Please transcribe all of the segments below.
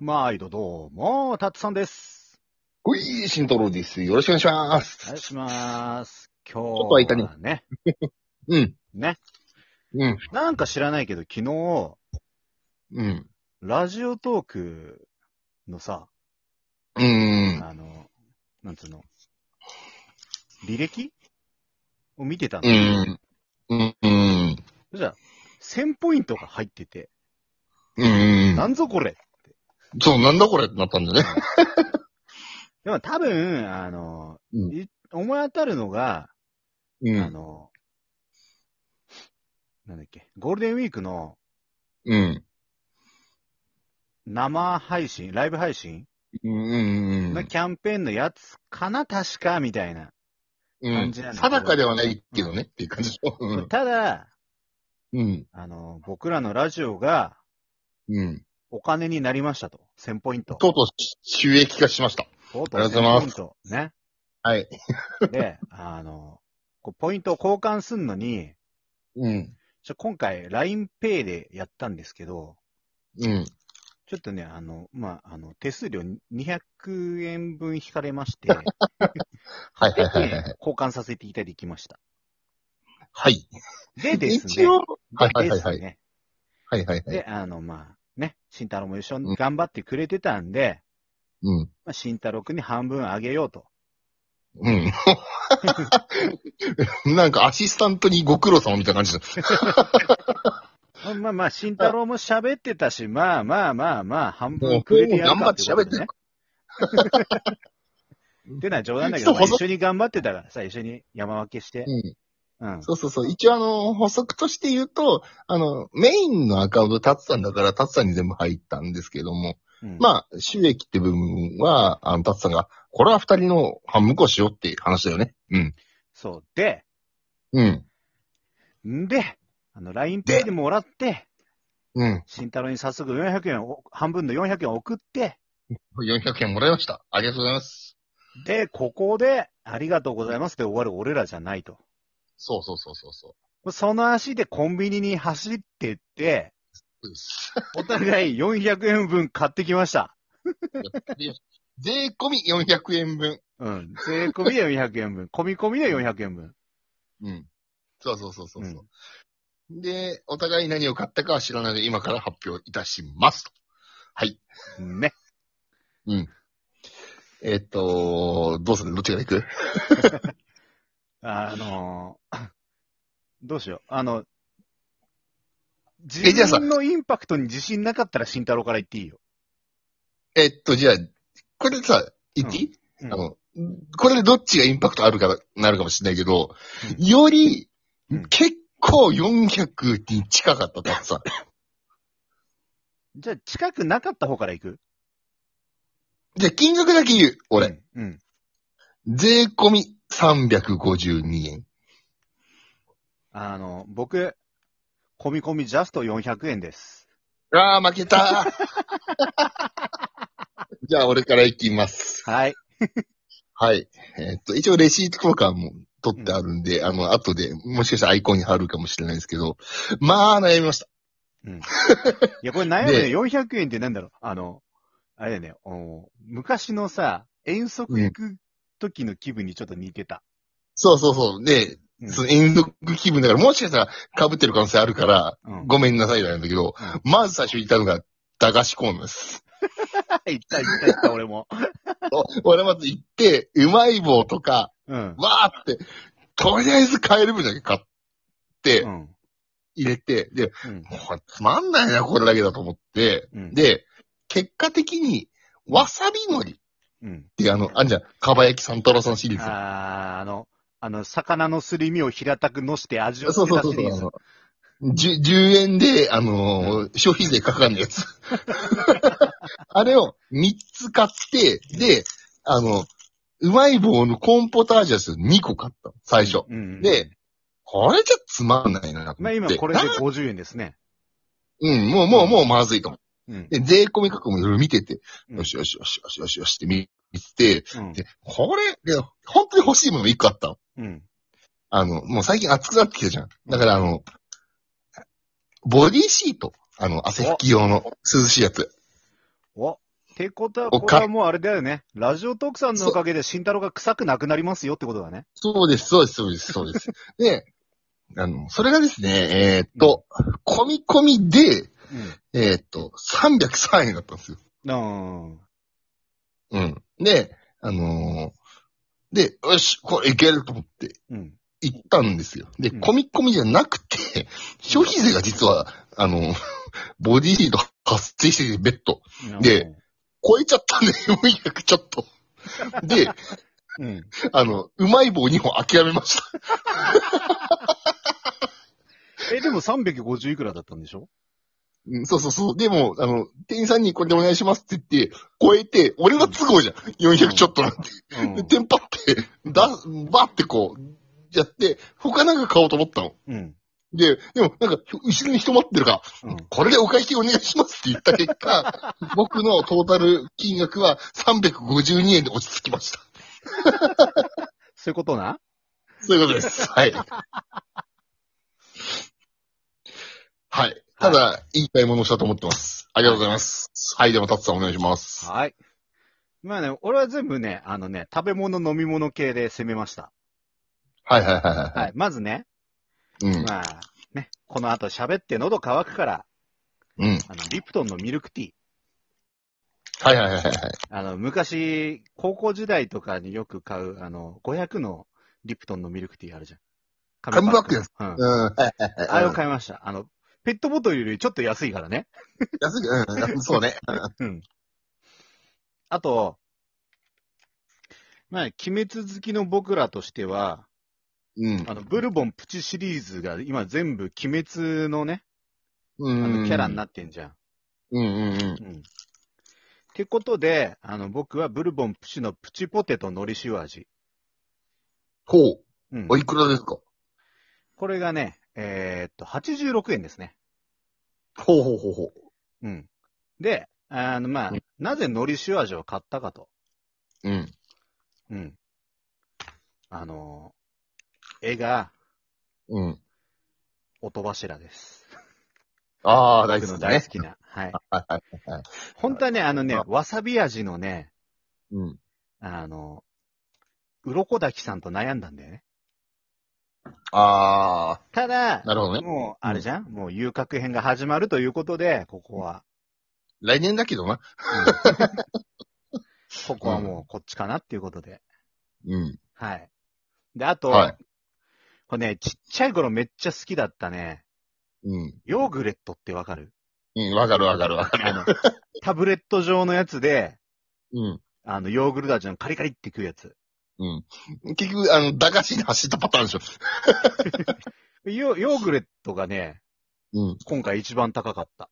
毎度どうも、たつさんです。ほい、シントローです。よろしくお願いしまお願いす。します。今日ちょっと空いたねはね。うん。ね。うん。なんか知らないけど、昨日、うん。ラジオトークのさ、うん。あの、なんつうの、履歴を見てたうの。ん。うん。うん。そしたら、1000ポイントが入ってて、うん。なんぞこれ。そう、なんだこれってなったんだよね。でも多分、あの、うんい思い当たるのが、うあ。の、なんだっけ、ゴールデンウィークの、うん。生配信、ライブ配信うん。のキャンペーンのやつかな、確か、みたいな。うん。定かではないけどね、って いう感じ。うん。ただ、うん。あの、僕らのラジオがうん。お金になりましたと。1000ポイント。とうとう収益化しました。おっとありがとうございま1000ポすイント。ね。はい。で、あの、こうポイントを交換すんのに、うん。ちょ今回 LINEPay でやったんですけど、うん。ちょっとね、あの、まあ、あの、手数料200円分引かれま して、はいはいはいはい。で交換させていただきました。はい。でですね。一応、はいはいではいすはい。ね。はいはいはい。で、あの、まあ、ね、慎太郎も一緒に頑張ってくれてたんで、うん。まあ、慎太郎くんに半分あげようと。 うん。なんかアシスタントにご苦労様みたいな感じだ。まあまあまあ、慎太郎も喋ってたし、まあまあまあまあ、半も分うくれてやる頑張かってこと喋っでてねる。。 ってのは冗談だけど、まあそう一緒に頑張ってたからさ、一緒に山分けして。うん。うん。そうそうそう。一応あの、補足として言うと、あの、メインのアカウントタツさんだからタツさんに全部入ったんですけども、うんまあ、収益って部分は、あの、タツさんが、これは二人の半無こしようっていう話だよね。うん。そう。で、うん。んで、あの、で LINEPay でもらって、うん。慎太郎に早速400円を、半分の400円を送って、 400円もらいました。ありがとうございます。で、ここで、ありがとうございますで終わる俺らじゃないと。そうそうそうそうそその足でコンビニに走ってって、う。うっすお互い400円分買ってきました。税込み400円分。うん。税込みで400円分。込み込みで400円分。うん。そうそうそうそうそう、で、お互い何を買ったかは知らないので、今から発表いたしますと。はい。ね。えっと、どうするどっちが行くあのー どうしよう。あの、自えじゃあさ分のインパクトに自信なかったら慎太郎から言っていいよ。えっと、じゃあ、これさ、言っていい、うんうんあの、これでどっちがインパクトあるかなるかもしれないけど、うより、うん結構400に近かった、たくさん。じゃあ、近くなかった方から行くじゃあ、金額だけ言う、俺。。うんうん。税込み352円。あの、僕、込み込みジャスト400円です。あー、負け たじゃあ、俺から行きます。はい。はい。えっと、一応レシート交換も取ってあるんで、あの、後で、もしかしたらアイコンに貼るかもしれないですけど、まあ、悩みました。 うん。いや、これ悩むね。で400円ってなんだろう。あの、あれだよね。お昔のさ、遠足行く時の気分にちょっと似てた。そうそうそう。うで、んその遠足気分だから、もしかしたら被ってる可能性あるから、うん。ごめんなさいなんだけど、まず最初言ったのが、駄菓子コーンです。行った行った行った、俺 も。俺まず行って、うまい棒とか、うん。わーって、とりあえず買える分だけ買ってう、ん。入れて、で、うん。これつまんないな、これだけだと思って、うん。で、結果的に、わさび海苔っうん。ていうあの、あんじゃん、かば焼き三太郎さんシリーズ。あー、あの、あの、魚のすり身を平たくのして味をそうつけそたうそうシそうリーあズの。じゅ 10, 円で、あのー消費税かかんないや つ。あれを3つ買って、で、あの、うまい棒のコーンポタージュやつ2個買ったの最初。うんうん。で、これじゃつまんないなと思って。まあ今これでな50円ですね。うん、もうもうもうまずいと思うん。って。で、税込み価格もいろいろ見てて、うんよしよしよしよしよしよしって見て、うん。で、これ、で本当に欲しいもの1個あったの。うん。あの、もう最近暑くなってきたじゃん。だからあの、ボディシート。あの、汗拭き用の涼しいやつ。お、てことは、これはもうあれだよね。ラジオトークさんのおかげで慎太郎が臭くなくなりますよってことだね。そうです、そうです、そうです、そうです。 で、あの、それがですね、えーっと、込み込みで、えーっと、303円だったんですよ。うん。うん。うん。で、あのーで、よし、これいけると思ってうん。行ったんですよ。で、うん込み込みじゃなくて、消費税が実は、あの、ボディード発生してて、別途。で超えちゃったね、400ちょ っと。で、うん、あの、うまい棒2本諦めました。え、でも350いくらだったんでしょうんそうそうそう。でも、あの、店員さんにこれでお願いしますって言って、超えて、俺の都合じゃん。400ちょっとなんて。うん で、テンパって、だ、ばってこう、やって、他なんか買おうと思ったの。うん。で、でも、なんか、後ろに人待ってるから、うん。これでお返しお願いしますって言った結果、僕のトータル金額は352円で落ち着きました。そういうことなそういうことです。はい。はい。ただ、言いたいものをしたと思ってます。ありがとうございます。はい、でも、たつさんお願いします。はい。まあね、俺は全部ね、あのね、食べ物、飲み物系で攻めました。はいはいはいはい。はい。まずね、うん。まあ、ね、この後喋って喉乾くから、うん。あの、リプトンのミルクティー。はいはいはいはい。あの、昔、高校時代とかによく買う、あの、500のリプトンのミルクティーあるじゃん。紙パックです。うん。うん。はいはいはい。あれを買いました。あの、ペットボトルよりちょっと安いからね。安く、うん、そうね。うん。あと、まあ、鬼滅好きの僕らとしては、うん。 あの、ブルボンプチシリーズが今全部鬼滅のね、うあんのキャラになってんじゃん。うんうんうん。うん。ってことで、あの、僕はブルボンプチのプチポテトのり塩味。ほう。うん。おいくらですかこれがね、えーっと、86円ですね。ほうほうほうほう。うん。で、あの、まあうん、なぜのり塩味を買ったかと。うん。うん。あのー、絵がうん。音柱です。ああ、大僕好きのだ大ね好。きな。はい。はいはいはいはい。本当はね、あのねあ、わさび味のね、うん。あの、うろこだきさんと悩んだんだよね。あただあ、、なるほどね。もう、あれじゃん、もう遊郭編が始まるということで、ここは、来年だけどな。 うんここはもうこっちかなっていうことで。うん。はい。で、あと、はいこれね、ちっちゃい頃めっちゃ好きだったね、うん。ヨーグレットってわかるうん、わかるわかるわかる。あの、タブレット状のやつで、うん。あの、ヨーグルト味のカリカリって食うやつ。うん。結局、あの、駄菓子に走ったパターンでしょ。ヨヨーグレットがね、うん。今回一番高かった。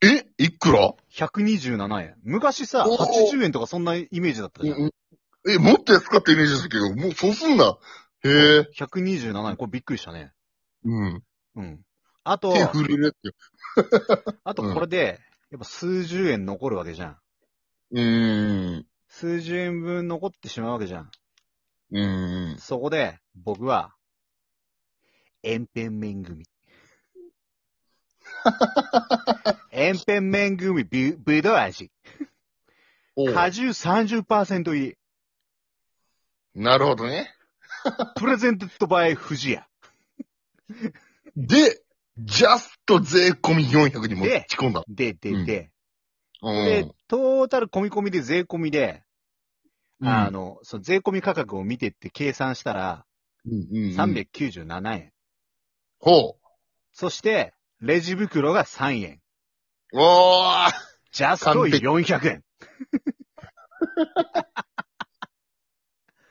えいくら127円。昔さ、おー80円とかそんなイメージだったじゃん。え、もっと安かったイメージですけど、もうそうすんな。へえ。 127円。これびっくりしたね。うん。うん。あと、手震えるやつよ。あとうんこれで、やっぱ数十円残るわけじゃん。うーん。数十円分残ってしまうわけじゃん。うーん。そこで、僕は、エンペンメン 組。エンペンメン組ビュ、ブドウ味。おう果汁30%入り。なるほどね。プレゼンテッドバイ藤屋。で、ジャスト税込み400に持ち込んだ。で、で、うんで。うでん。、トータル込み込みで税込みで、うんあの、その税込み価格を見てって計算したら、うんうんうん397円。ほそして、レジ袋が3円。う。おージャスト完璧400円。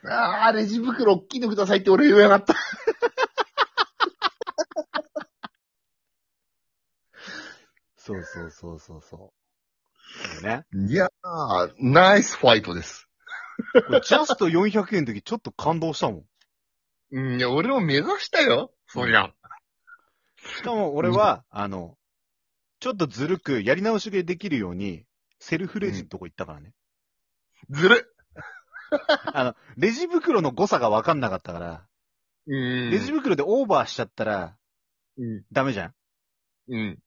あー、レジ袋大きいのくださいって俺言えなかった。そうそうそうそうそう。でもね。いやー、ナイスファイトです。これジャスト400円の時ちょっと感動したもん。うん、いや、俺も目指したよ。そりゃ。しかも俺は、あの、ちょっとずるくやり直しができるように、セルフレジのとこ行ったからね。ずるあの、レジ袋の誤差が分かんなかったから、いうんレジ袋でオーバーしちゃったらうん。ダメじゃうん。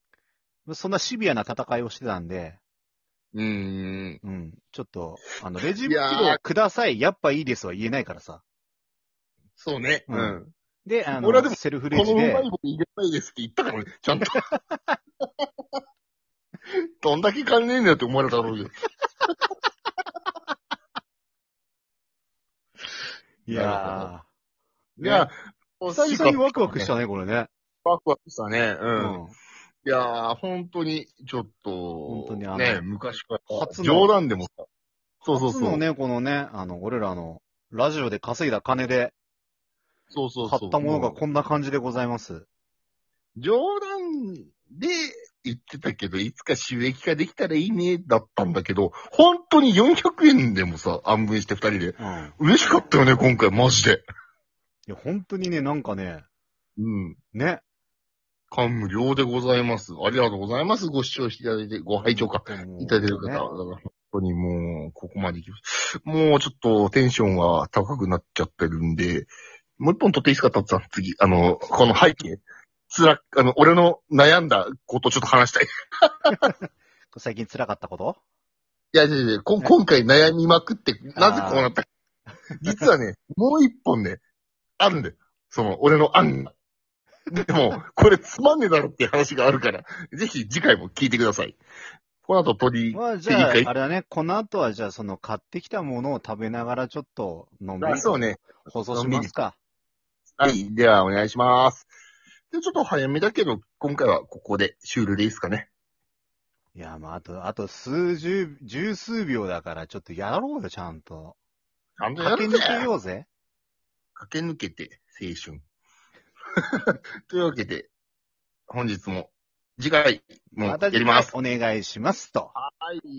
ん。そんなシビアな戦いをしてたんで、うーん。うん。ちょっと、あの、レジ袋ください、やっぱいいですは言えないからさ。そうね。ううんん。で、あ俺はでの、もセルフレこジのうまでい、棒入れないですって言っ たから、ちゃんと。どんだけ金ねえんだよって思われたろうけど。いなるやー。いや、、久々にワクワクしたね、これね。ワクワクしたね。う。。うんいやー、本当に、ちょっと、本当にあのね、昔から、初の冗談でもさ、そうそう初そのう。ね、このね、あの、俺らの、ラジオで稼いだ金でそうそうそ買う。ったものがうこんな感じでございます。冗談で言ってたけど、いつか収益化できたらいいね、だったんだけど、本当に400円でもさ、安分して二人で。うん。い嬉しかったよね、今回、マジで。や、本当にね、なんかね、うん。ね。感無量でございます。ありがとうございます。ご視聴していただいて、ご拝聴か。うん。いただいてる方、だからね本当にもう、ここまで来ました。もうちょっとテンションが高くなっちゃってるんで、もう一本撮っていいですか、たっつぁん。次。あの、この背景。つら、あの、俺の悩んだことをちょっと話したい。い最近辛かったことや、いやいや こ今回悩みまくって、なぜこうなったか。実 はね、もう一本ね、あるんだよ。その、俺の案が。でも、これつまんねえだろっていう話があるから、ぜひ次回も聞いてください。この後鳥、まあ、じゃあ、あ正れ解だね、この後は、じゃあ、その、買ってきたものを食べながら、ちょっと、飲んで、あそうね。放送しますか。はい。では、お願いします。で、ちょっと早めだけど、今回はここで終了でいいですかね。いや、まあ、あと、あと、数十、十数秒だから、ちょっとやろうよ、ちゃんと。ちゃんとやる駆ぜけ抜けようぜ。駆け抜けて、青春。 というわけで、本日も、次回もやまたり次ま回す。お願いしますと。はい。